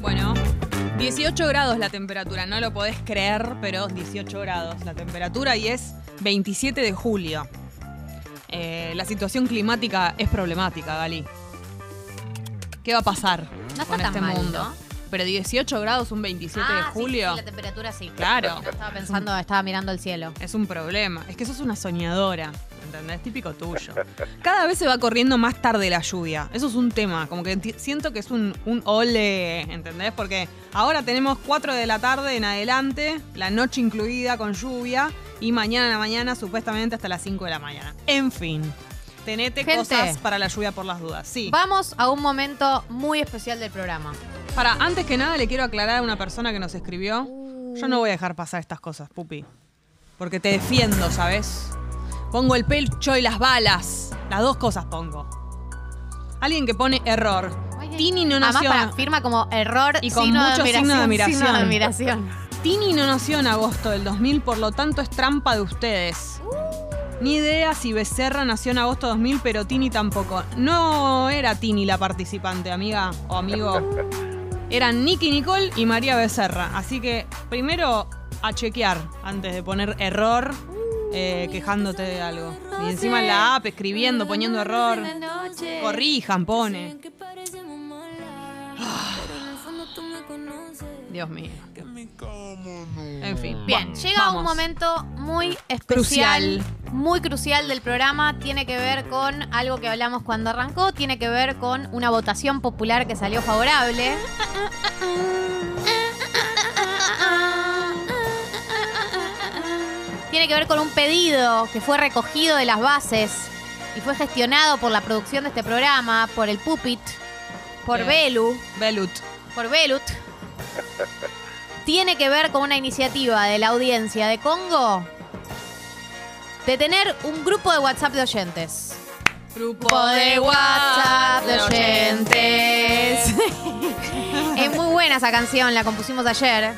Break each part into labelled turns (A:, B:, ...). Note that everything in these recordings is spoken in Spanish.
A: Bueno, 18 grados la temperatura, no lo podés creer, pero 18 grados la temperatura y es 27 de julio. Eh, la situación climática es problemática, Gali. ¿Qué va a pasar
B: No está
A: con
B: tan
A: este
B: mal,
A: mundo?
B: ¿no?
A: Pero 18 grados un 27 de
B: Ah, sí,
A: julio.
B: sí, la temperatura sí.
A: Claro.
B: No, estaba pensando, estaba mirando el cielo.
A: Es un problema. Es que sos una soñadora. ¿Entendés? Típico tuyo. Cada vez se va corriendo más tarde la lluvia. Eso es un tema. Como que ti- siento que es un, un ole. ¿Entendés? Porque ahora tenemos 4 de la tarde en adelante, la noche incluida con lluvia. Y mañana en la mañana, supuestamente hasta las 5 de la mañana. En fin. Tenete
B: Gente.
A: cosas para la lluvia por las dudas. Sí.
B: Vamos a un momento muy especial del programa.
A: Para, antes que nada, le quiero aclarar a una persona que nos escribió. Yo no voy a dejar pasar estas cosas, Pupi. Porque te defiendo, ¿sabes? Pongo el pecho y las balas. Las dos cosas pongo. Alguien que pone error.
B: Ay, ay.
A: Tini no
B: Además,
A: nació.
B: para- firma como error
A: Y con
B: signo
A: mucho
B: de
A: signo de admiración.
B: signo de admiración.
A: Tini no nació en agosto del 2000, por lo tanto es trampa de ustedes. Ni idea si Becerra nació en agosto 2000, pero Tini tampoco. No era Tini la participante, amiga o amigo. Eran Nicky Nicole y María Becerra. Así que primero a chequear antes de poner error eh, quejándote de algo. Y encima en la app escribiendo, poniendo error. Corrijan, pone. Dios mío. En fin.
B: Bien,
A: Bueno,
B: llega un
A: vamos.
B: momento muy especial,
A: Crucial.
B: muy crucial del programa. Tiene que ver con algo que hablamos cuando arrancó, tiene que ver con una votación popular que salió favorable. Tiene que ver con un pedido que fue recogido de las bases y fue gestionado por la producción de este programa, por el Pupit, por
A: Bien.
B: Belu
A: Belut.
B: por Belut tiene que ver con una iniciativa de la audiencia de Congo de tener un grupo de WhatsApp de oyentes.
A: Grupo de WhatsApp de oyentes.
B: es muy buena esa canción, la compusimos ayer.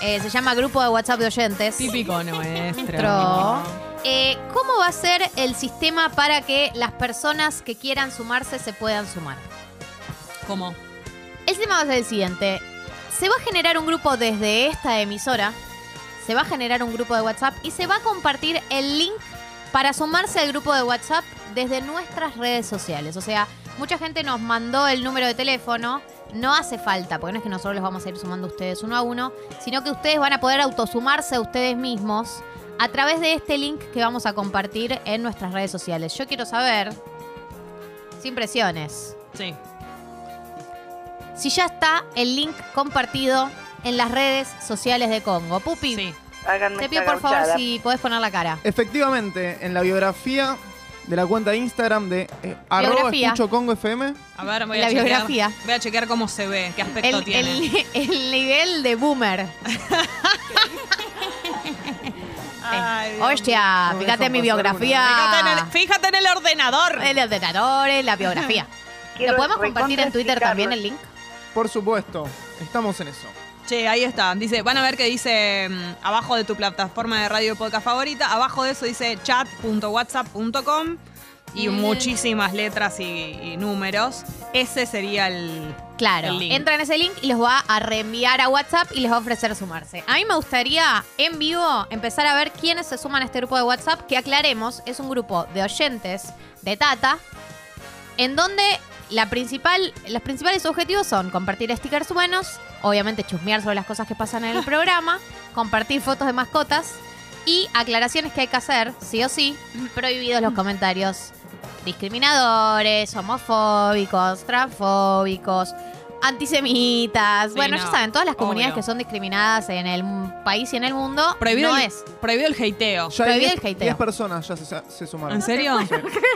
B: Eh, se llama Grupo de WhatsApp de Oyentes.
A: Típico nuestro.
B: Nuestro. Eh, ¿Cómo va a ser el sistema para que las personas que quieran sumarse se puedan sumar?
A: ¿Cómo?
B: El tema va a ser el siguiente. Se va a generar un grupo desde esta emisora. Se va a generar un grupo de WhatsApp y se va a compartir el link para sumarse al grupo de WhatsApp desde nuestras redes sociales. O sea, mucha gente nos mandó el número de teléfono. No hace falta, porque no es que nosotros los vamos a ir sumando a ustedes uno a uno, sino que ustedes van a poder autosumarse a ustedes mismos a través de este link que vamos a compartir en nuestras redes sociales. Yo quiero saber, sin presiones,
A: Sí.
B: si ya está el link compartido en las redes sociales de Congo. Pupi,
A: Sí.
C: Háganme
B: te pido
C: esta
B: por favor
C: gauchada.
B: si podés poner la cara.
D: Efectivamente, en la biografía de la cuenta de Instagram de eh, arroba
B: Biografía.
D: escucho Congo FM,
A: A ver, voy
B: La
A: a chequear.
B: biografía.
A: Voy a chequear cómo se ve, qué aspecto
B: El, eh,
A: tiene.
B: el- el nivel de boomer.
A: Ay, Dios mío.
B: Eh, Hostia,
D: No
B: fíjate
D: dejan
B: mi
D: pasar
A: Fíjate en el,
B: biografía.
A: fíjate en el ordenador.
B: El ordenador, eh, la biografía. ¿Lo
C: Quiero
B: podemos compartir en Twitter
C: recontra
B: también el
C: explicarlo.
B: link?
D: por supuesto, estamos en eso.
A: Che, ahí está. Dice, van a ver que dice mm, abajo de tu plataforma de radio y podcast favorita. Abajo de eso dice chat.whatsapp.com y
B: Mm.
A: muchísimas letras y, y números. Ese sería el.
B: Claro,
A: El link.
B: entra en ese link y los va a reenviar a WhatsApp y les va a ofrecer sumarse. A mí me gustaría en vivo empezar a ver quiénes se suman a este grupo de WhatsApp, que aclaremos, es un grupo de oyentes de Tata, en donde la principal, los principales objetivos son compartir stickers buenos, obviamente chusmear sobre las cosas que pasan en el programa, compartir fotos de mascotas y aclaraciones que hay que hacer, sí o sí, prohibidos los comentarios discriminadores, homofóbicos, transfóbicos, antisemitas.
A: Sí,
B: bueno,
A: no,
B: ya saben, todas las comunidades
A: obvio.
B: que son discriminadas en el m- país y en el mundo,
A: Prohibido,
B: no
A: el,
B: es.
A: prohibido el hateo.
D: Ya
B: Prohibido
D: hay
B: el
D: 10
B: hateo.
D: 10 personas ya se, se sumaron.
A: ¿En serio?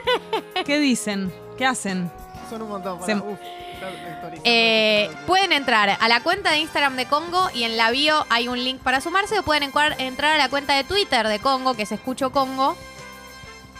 A: ¿Qué dicen? ¿Qué hacen?
D: Son un montón.
A: Se-
D: pará, uf, está actualizando.
B: Eh, pueden entrar a la cuenta de Instagram de Congo y en la bio hay un link para sumarse o pueden encuar- entrar a la cuenta de Twitter de Congo, que es Escucho Congo,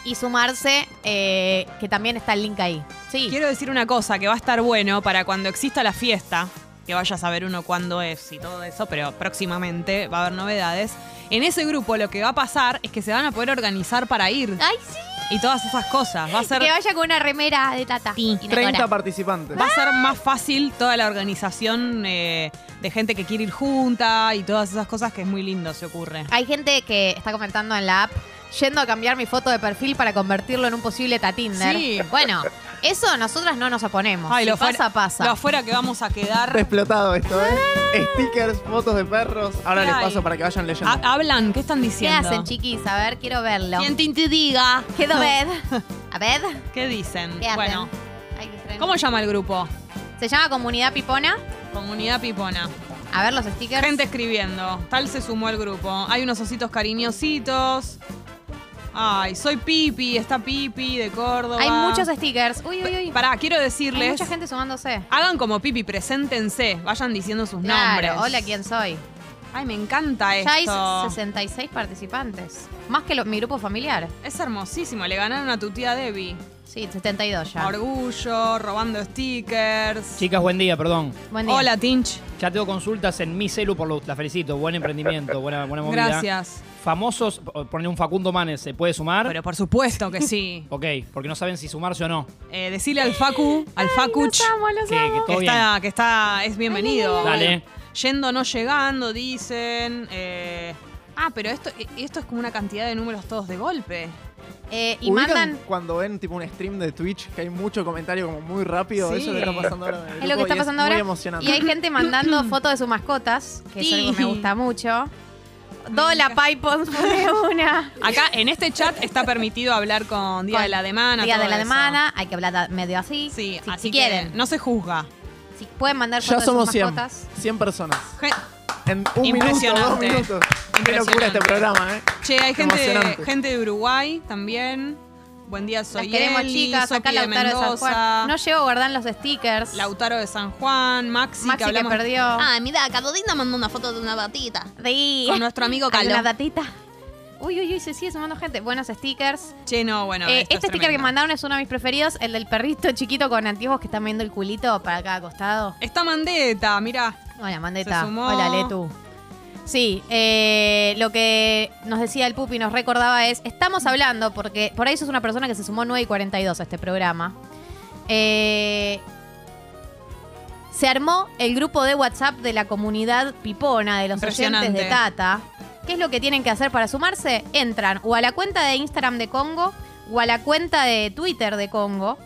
B: y sumarse, eh, que también está el link ahí. Sí.
A: Quiero decir una cosa que va a estar bueno para cuando exista la fiesta, que vaya a saber uno cuándo es y todo eso, pero próximamente va a haber novedades. En ese grupo lo que va a pasar es que se van a poder organizar para ir.
B: ¡Ay, sí!
A: y todas esas cosas. Va a ser,
B: Que vaya con una remera de tata.
A: Sí.
B: Y Nacora.
D: 30 participantes.
A: va a ser más fácil toda la organización eh, de gente que quiere ir junta y todas esas cosas que es muy lindo, se ocurre.
B: Hay gente que está comentando en la app yendo a cambiar mi foto de perfil para convertirlo en un posible Tatinder.
A: Sí.
B: Bueno, eso nosotras no nos oponemos.
A: Ay,
B: Si
A: lo
B: pasa,
A: afuera-
B: pasa.
A: Lo afuera que vamos a
D: Está
A: quedar.
D: explotado esto, ¿eh? Stickers, fotos de perros. Ahora les
A: Ay. Ah,
D: paso para que vayan leyendo.
A: Ha- Hablan, ¿qué están
B: ¿Qué
A: diciendo?
B: hacen, chiquis? A ver, quiero verlo.
A: Quien te- te diga.
B: Quedo ved. A ver.
A: ¿Qué dicen?
B: ¿Qué hacen?
A: bueno,
B: Ay, qué estreno.
A: ¿cómo llama el grupo?
B: Se llama Comunidad Pipona.
A: Comunidad Pipona.
B: A ver los stickers.
A: Gente escribiendo. Tal se sumó al grupo. Hay unos ositos cariñositos. Ay, soy Pipi, está Pipi de Córdoba.
B: Hay muchos stickers. Uy, uy, uy.
A: Pará, quiero
B: Hay
A: decirles.
B: mucha gente sumándose.
A: Hagan como Pipi, preséntense, vayan diciendo sus
B: Claro,
A: nombres.
B: hola, ¿quién soy?
A: Ay, me encanta
B: Ya hay
A: esto.
B: 66 participantes. Más que lo- mi grupo familiar.
A: Es hermosísimo, le ganaron a tu tía Debbie.
B: Sí, 72 ya.
A: Orgullo, robando stickers.
C: Chicas, buen día, perdón.
B: Buen día.
A: Hola, Tinch.
C: Ya tengo consultas en mi celu, por lo la felicito. Buen emprendimiento, buena, buena movida.
A: Gracias.
C: Famosos, poner un Facundo Manes, ¿se puede sumar?
A: Pero por supuesto que sí.
C: ok, porque no saben si sumarse o no.
A: Eh, decile al Facu, al Facuch,
C: Que, que
A: que,
C: todo bien.
A: está, que está, es bienvenido.
C: Dale.
A: Bueno, Yendo, no llegando, dicen. eh, ah, pero esto, esto es como una cantidad de números todos de golpe.
B: Eh, y
D: ¿Ubican
B: mandan.
D: Cuando ven tipo un stream de Twitch que hay mucho comentario como muy rápido,
A: Sí.
D: eso es lo que está pasando ahora. en el
B: Es lo que
D: grupo
B: está
D: y
B: pasando
D: Muy
B: ahora.
D: emocionante.
B: Y hay gente mandando fotos de sus mascotas, que es algo que me
A: Sí.
B: gusta mucho. Dola Pipons pone una.
A: Acá en este chat está permitido hablar con Día
B: Con
A: de la Demana.
B: Día
A: todo
B: de la
A: eso.
B: demana, hay que hablar medio así.
A: Sí,
B: si,
A: así
B: si
A: que
B: quieren.
A: No se juzga.
B: Si pueden mandar
D: ya
B: fotos
D: somos
B: de sus
D: 100.
B: mascotas.
D: 100 personas.
A: Gen-
D: En un minuto, dos
A: Impresionante.
D: minutos. Qué locura
A: Impresionante.
D: este programa, ¿eh?
A: Che, hay gente,
D: Emocionante.
A: gente de Uruguay también. Buen día, soy
B: Las queremos,
A: Eli,
B: chicas.
A: Sopi
B: Acá
A: de
B: Lautaro de San
A: Mendoza,
B: Juan. No llevo a guardar los stickers.
A: Lautaro de San Juan, Maxi,
B: Maxi
A: que
B: que,
A: hablamos
B: perdió.
E: Ah, mira, Carolina mandó una foto de una batita.
B: Sí.
A: con nuestro amigo
B: Hay
A: Calo.
B: una datita. Uy, uy, uy, se sigue sumando gente. Buenos stickers.
A: Che, no, bueno.
B: Eh,
A: esto
B: este
A: es
B: sticker que
A: tremendo.
B: mandaron es uno de mis preferidos, el del perrito chiquito con anteojos que están viendo el culito para cada costado.
A: Está Mandeta, mirá.
B: Hola, Mandeta.
A: Se sumó.
B: Hola, Letu. Sí, eh, lo que nos decía el Pupi, nos recordaba es, estamos hablando, porque por ahí sos una persona que se sumó 9 y 42 a este programa. Eh, se armó el grupo de WhatsApp de la comunidad pipona, de los oyentes
A: Impresionante.
B: de Tata. ¿Qué es lo que tienen que hacer para sumarse? Entran o a la cuenta de Instagram de Congo o a la cuenta de Twitter de Congo.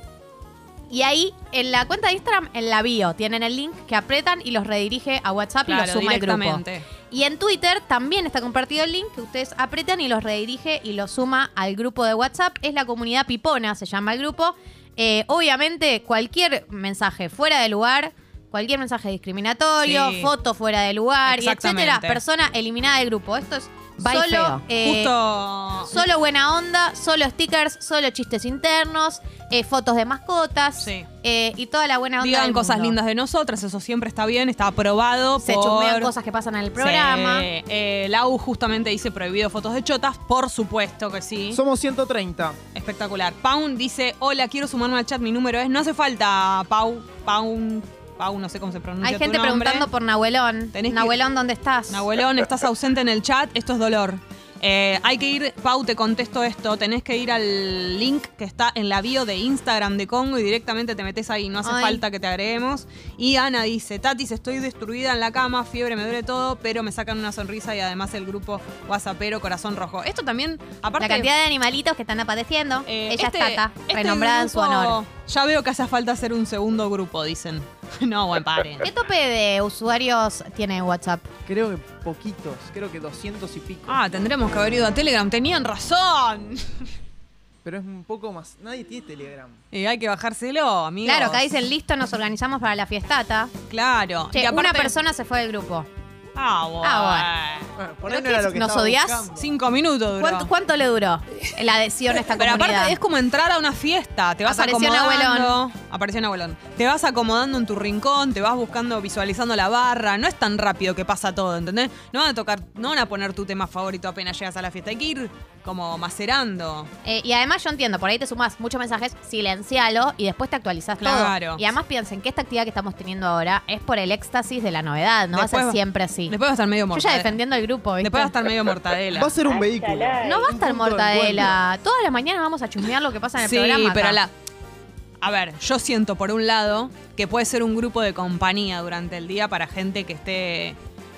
B: Y ahí, en la cuenta de Instagram, en la bio, tienen el link que apretan y los redirige a WhatsApp y los
A: Claro,
B: suma al grupo.
A: directamente.
B: Y en Twitter también está compartido el link que ustedes apretan y los redirige y los suma al grupo de WhatsApp. Es la comunidad Pipona, se llama el grupo. Eh, obviamente, cualquier mensaje fuera de lugar, cualquier mensaje discriminatorio,
A: Sí.
B: foto fuera de lugar, y
A: Exactamente.
B: etcétera, persona eliminada del grupo. Esto es
E: Bye,
B: solo.
E: feo.
B: eh,
A: Justo.
B: Solo buena onda, solo stickers, solo chistes internos, eh, fotos de mascotas
A: Sí.
B: eh, y toda la buena onda.
A: Digan
B: del
A: cosas
B: mundo.
A: lindas de nosotras, eso siempre está bien, está aprobado
B: Se
A: por...
B: chumean cosas que pasan en el programa.
A: Sí. Eh, Lau justamente dice prohibido fotos de chotas, por supuesto que sí.
D: Somos 130.
A: Espectacular. Paun dice, hola, quiero sumarme al chat, mi número es... No hace falta, Pau, Paun, Pau, no sé cómo se pronuncia
B: Hay
A: tu
B: gente
A: nombre.
B: preguntando por Nahuelón.
A: Tenés que-
B: Nahuelón, ¿dónde estás?
A: Nahuelón, estás ausente en el chat, esto es dolor. Eh, hay que ir, Pau, te contesto esto, tenés que ir al link que está en la bio de Instagram de Congo y directamente te metes ahí, no hace
B: Ay.
A: falta que te agreguemos. Y Ana dice, Tatis, estoy destruida en la cama, fiebre, me duele todo, pero me sacan una sonrisa y además el grupo WhatsAppero Corazón Rojo. Esto también, aparte...
B: La cantidad de animalitos que están apareciendo.
A: eh,
B: Ella
A: este-
B: es Tata,
A: este
B: renombrada en su
A: grupo-
B: honor.
A: Ya veo que hace falta hacer un segundo grupo, dicen. No, buen paren.
B: ¿Qué tope de usuarios tiene WhatsApp?
D: Creo que poquitos. Creo que 200 y pico.
A: Ah, tendremos que haber ido a Telegram, tenían razón.
D: Pero es un poco más. Nadie tiene Telegram.
A: Y Eh, hay que bajárselo, amigo.
B: Claro, acá dicen listo, nos organizamos para la fiestata.
A: Claro.
B: Che,
A: Y aparte-
B: una persona se fue del grupo.
A: Ah, bueno.
B: Ah,
D: Bueno, por
B: ¿Pero
D: ahí no
B: qué
D: era
B: es?
D: lo que
B: ¿Nos
D: estaba
B: odias?
D: buscando.
A: Cinco minutos duró.
B: ¿Cuánto, cuánto le duró la adhesión a esta
A: Pero
B: comunidad?
A: aparte es como entrar a una fiesta. Te vas
B: Apareció un
A: acomodando. Apareció un abuelón. Te vas acomodando en tu rincón, te vas buscando, visualizando la barra. No es tan rápido que pasa todo, ¿entendés? No van a tocar, no van a poner tu tema favorito apenas llegas a la fiesta. Hay que ir como macerando.
B: Eh, y además yo entiendo, por ahí te sumás muchos mensajes, silencialo y después te actualizás
A: Claro.
B: todo. Y además piensen que esta actividad que estamos teniendo ahora es por el éxtasis de la novedad, no va a
A: Después
B: ser
A: va-
B: siempre así.
A: Después va a estar medio
B: yo ya
A: mortadela.
B: defendiendo el grupo, ¿viste?
A: Después va a estar medio mortadela.
D: Va a ser un vehículo.
B: No va a estar
D: Un punto de
B: mortadela. Todas las mañanas vamos a chusmear lo que pasa en el
A: sí,
B: programa. acá.
A: pero la. A ver, yo siento por un lado que puede ser un grupo de compañía durante el día para gente que esté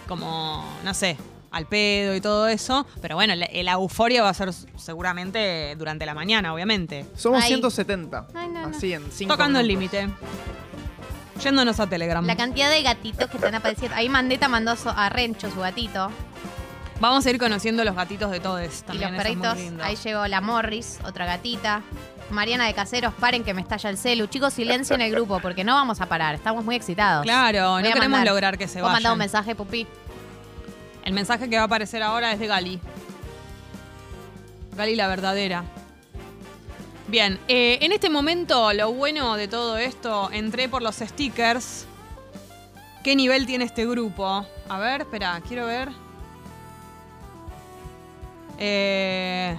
A: como, no sé, al pedo y todo eso. Pero bueno, la, la euforia va a ser seguramente durante la mañana, obviamente.
D: Somos
B: Ahí.
D: 170.
B: Ay, no, no.
D: Así en 5
A: Tocando el límite. Yéndonos a Telegram.
B: La cantidad de gatitos que están apareciendo. Ahí Mandeta mandó so- a Rencho, su gatito.
A: Vamos a ir conociendo los gatitos de todos
B: y
A: también.
B: los
A: eso es muy
B: perritos.
A: lindo.
B: Ahí llegó la Morris, otra gatita. Mariana de Caseros, paren que me estalla el celu. Chicos, silencio en el grupo porque no vamos a parar. Estamos muy excitados.
A: Claro,
B: Voy
A: no
B: a
A: queremos
B: mandar.
A: lograr que se
B: Vos mandá un
A: vayan.
B: mensaje, Pupi.
A: El mensaje que va a aparecer ahora es de Gali. Gali la verdadera. Bien, eh, en este momento lo bueno de todo esto, entré por los stickers. ¿Qué nivel tiene este grupo? A ver, espera, quiero ver. Eh,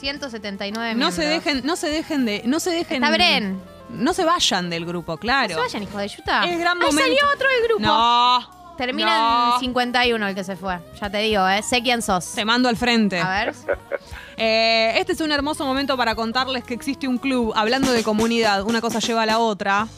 B: 179
A: no se
B: miembros.
A: dejen, no se dejen de, no se dejen.
B: Está Bren.
A: No se vayan del grupo,
B: No
A: claro.
B: se vayan, hijo de yuta.
A: Es gran
B: Ahí
A: momento.
B: salió otro del grupo.
A: No,
B: Termina
A: No.
B: en 51 el que se fue. Ya te digo, ¿eh? Sé quién sos.
A: te mando al frente.
B: A ver.
A: Eh, este es un hermoso momento para contarles que existe un club, hablando de comunidad, una cosa lleva a la otra.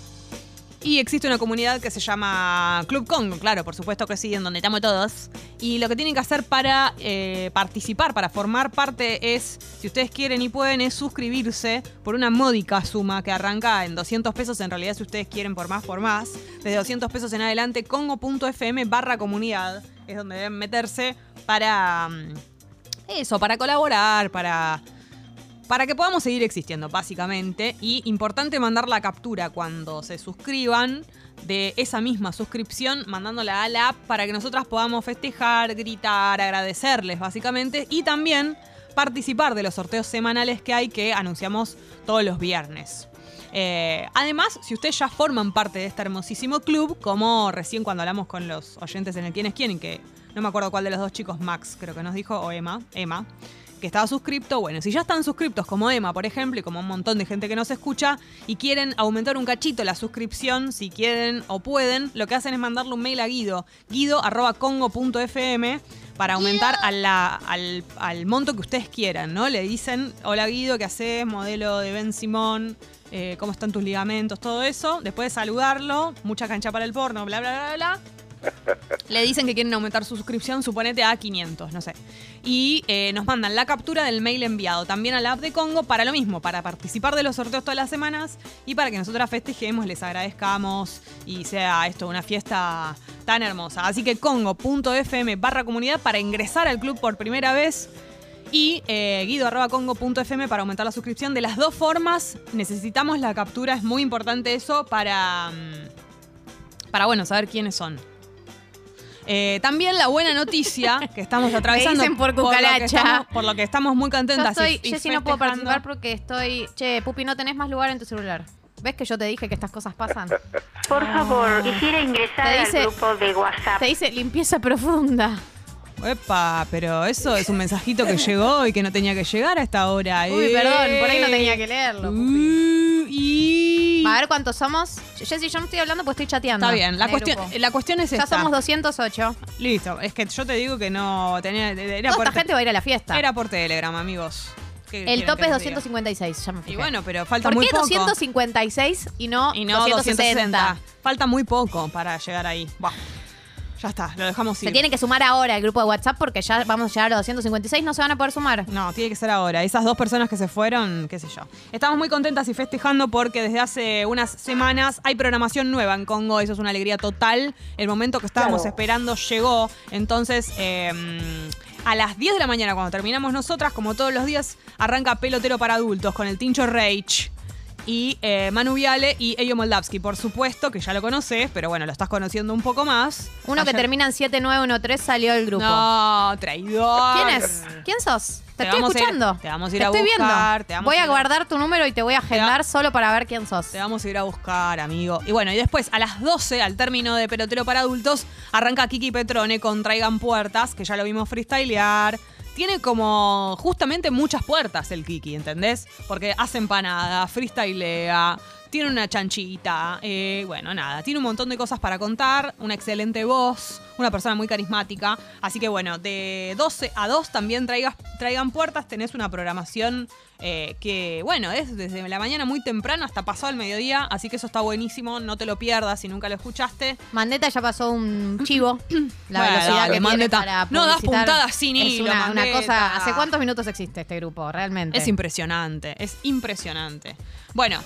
A: Y existe una comunidad que se llama Club Congo, claro, por supuesto que sí, en donde estamos todos. Y lo que tienen que hacer para eh, participar, para formar parte, es, si ustedes quieren y pueden, es suscribirse por una módica suma que arranca en 200 pesos. En realidad, si ustedes quieren por más, por más. Desde 200 pesos en adelante, congo.fm barra comunidad es donde deben meterse para... mm, eso, para colaborar, para, para que podamos seguir existiendo, básicamente. Y importante mandar la captura cuando se suscriban de esa misma suscripción, mandándola a la app para que nosotras podamos festejar, gritar, agradecerles, básicamente. Y también participar de los sorteos semanales que hay que anunciamos todos los viernes. Eh, además, si ustedes ya forman parte de este hermosísimo club, como recién cuando hablamos con los oyentes en el Quién es Quién, que no me acuerdo cuál de los dos chicos, Max creo que nos dijo, o Emma, Emma, que estaba suscripto, bueno, si ya están suscriptos como Emma, por ejemplo, y como un montón de gente que nos escucha, y quieren aumentar un cachito la suscripción, si quieren o pueden, lo que hacen es mandarle un mail a Guido, guido.congo.fm, para aumentar a la- al, al monto que ustedes quieran, ¿no? Le dicen, hola Guido, ¿qué haces? Modelo de Ben Simón, eh, cómo están tus ligamentos, todo eso. Después de saludarlo, mucha cancha para el porno, bla, bla, bla, bla. Le dicen que quieren aumentar su suscripción, suponete a 500, no sé. Y eh, nos mandan la captura del mail enviado también a la app de Congo para lo mismo, para participar de los sorteos todas las semanas y para que nosotras festejemos, les agradezcamos y sea esto una fiesta tan hermosa. Así que congo.fm barra comunidad para ingresar al club por primera vez y eh, guido.congo.fm para aumentar la suscripción. De las dos formas necesitamos la captura, es muy importante eso para, mm, para bueno, saber quiénes son. Eh, también la buena noticia que estamos atravesando
B: dicen por
A: lo que
B: cucaracha.
A: estamos- por lo que estamos muy
B: Yo
A: contentas.
B: estoy,
A: y- y
B: yo sí no puedo
A: festejando.
B: participar porque estoy. Che, Pupi, no tenés más lugar en tu celular. ¿Ves que yo te dije que estas cosas pasan?
F: Por favor, quisiera ingresar
B: Ah. Te dice-
F: al grupo de WhatsApp.
B: Te dice limpieza profunda.
A: Epa, pero eso es un mensajito que llegó y que no tenía que llegar a esta hora.
B: Uy,
A: ¡Eh!
B: perdón, por ahí no tenía que leerlo. Pupi.
A: Uh, y...
B: A ver cuántos somos. Jessy, yo no estoy hablando porque estoy chateando.
A: Está bien, la
B: en el
A: cuestión,
B: grupo.
A: la cuestión es
B: Ya
A: esta.
B: somos 208.
A: Listo, es que yo te digo que no tenía... Era,
B: Toda
A: por,
B: esta gente va a ir a la fiesta.
A: era por Telegram, amigos. ¿Qué
B: el
A: quieren
B: tope
A: que
B: es
A: les diga?
B: 256, ya me fijé.
A: Y bueno, pero falta
B: ¿Por
A: muy
B: qué
A: poco.
B: 256 y no,
A: y no 260.
B: 260?
A: Falta muy poco para llegar ahí. Buah. Ya está, lo dejamos ir.
B: Se tienen que sumar ahora el grupo de WhatsApp porque ya vamos a llegar a los 256, no se van a poder sumar.
A: No, tiene que ser ahora. Esas dos personas que se fueron, qué sé yo. Estamos muy contentas y festejando porque desde hace unas semanas hay programación nueva en Congo. Eso es una alegría total. El momento que estábamos esperando llegó. Entonces, eh, a las 10 de la mañana, cuando terminamos nosotras, como todos los días, arranca Pelotero para Adultos con el Tincho Rage. Y eh, Manu Viale y Eyo Moldavsky, por supuesto, que ya lo conoces, pero bueno, lo estás conociendo un poco más.
B: Uno que
A: Ayer-
B: termina en 7913 salió del grupo.
A: No, traidor.
B: ¿Quién es? ¿Quién sos?
A: Te
B: Te, estoy
A: vamos a ir-
B: escuchando.
A: te vamos a ir
B: Te
A: a
B: estoy
A: buscar,
B: viendo.
A: te vamos
B: Voy
A: a ir
B: a
A: a-
B: guardar tu número y te voy a agendar solo para ver quién sos.
A: Te vamos a ir a buscar, amigo. Y bueno, y después a las 12, al término de Pelotero para Adultos, arranca Kiki Petrone con Traigan Puertas, que ya lo vimos freestylear. tiene como justamente muchas puertas el Kiki, ¿entendés? Porque hace empanada, freestylea, tiene una chanchita, eh, bueno, nada, tiene un montón de cosas para contar, una excelente voz, una persona muy carismática. Así que bueno, de 12 a 2 también traigas, traigan puertas, tenés una programación eh, que, bueno, es desde la mañana muy temprano hasta pasado el mediodía, así que eso está buenísimo, no te lo pierdas si nunca lo escuchaste.
B: Mandeta ya pasó un chivo. La
A: Bueno,
B: velocidad
A: dale,
B: que
A: Mandetta.
B: tiene para
A: No das
B: publicitar
A: puntadas sin
B: es
A: hilo,
B: una, una
A: Mandetta.
B: cosa. ¿Hace cuántos minutos existe este grupo realmente?
A: Es impresionante, es impresionante. Bueno,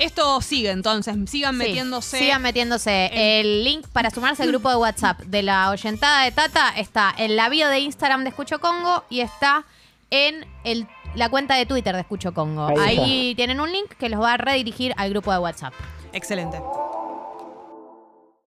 A: esto sigue entonces, sigan
B: Sí,
A: metiéndose.
B: Sigan metiéndose. El link para sumarse al grupo de WhatsApp de la oyentada de Tata está en la bio de Instagram de Escucho Congo y está en el- la cuenta de Twitter de Escucho Congo. Ahí,
G: Ahí está.
B: tienen un link que los va a redirigir al grupo de WhatsApp.
A: Excelente.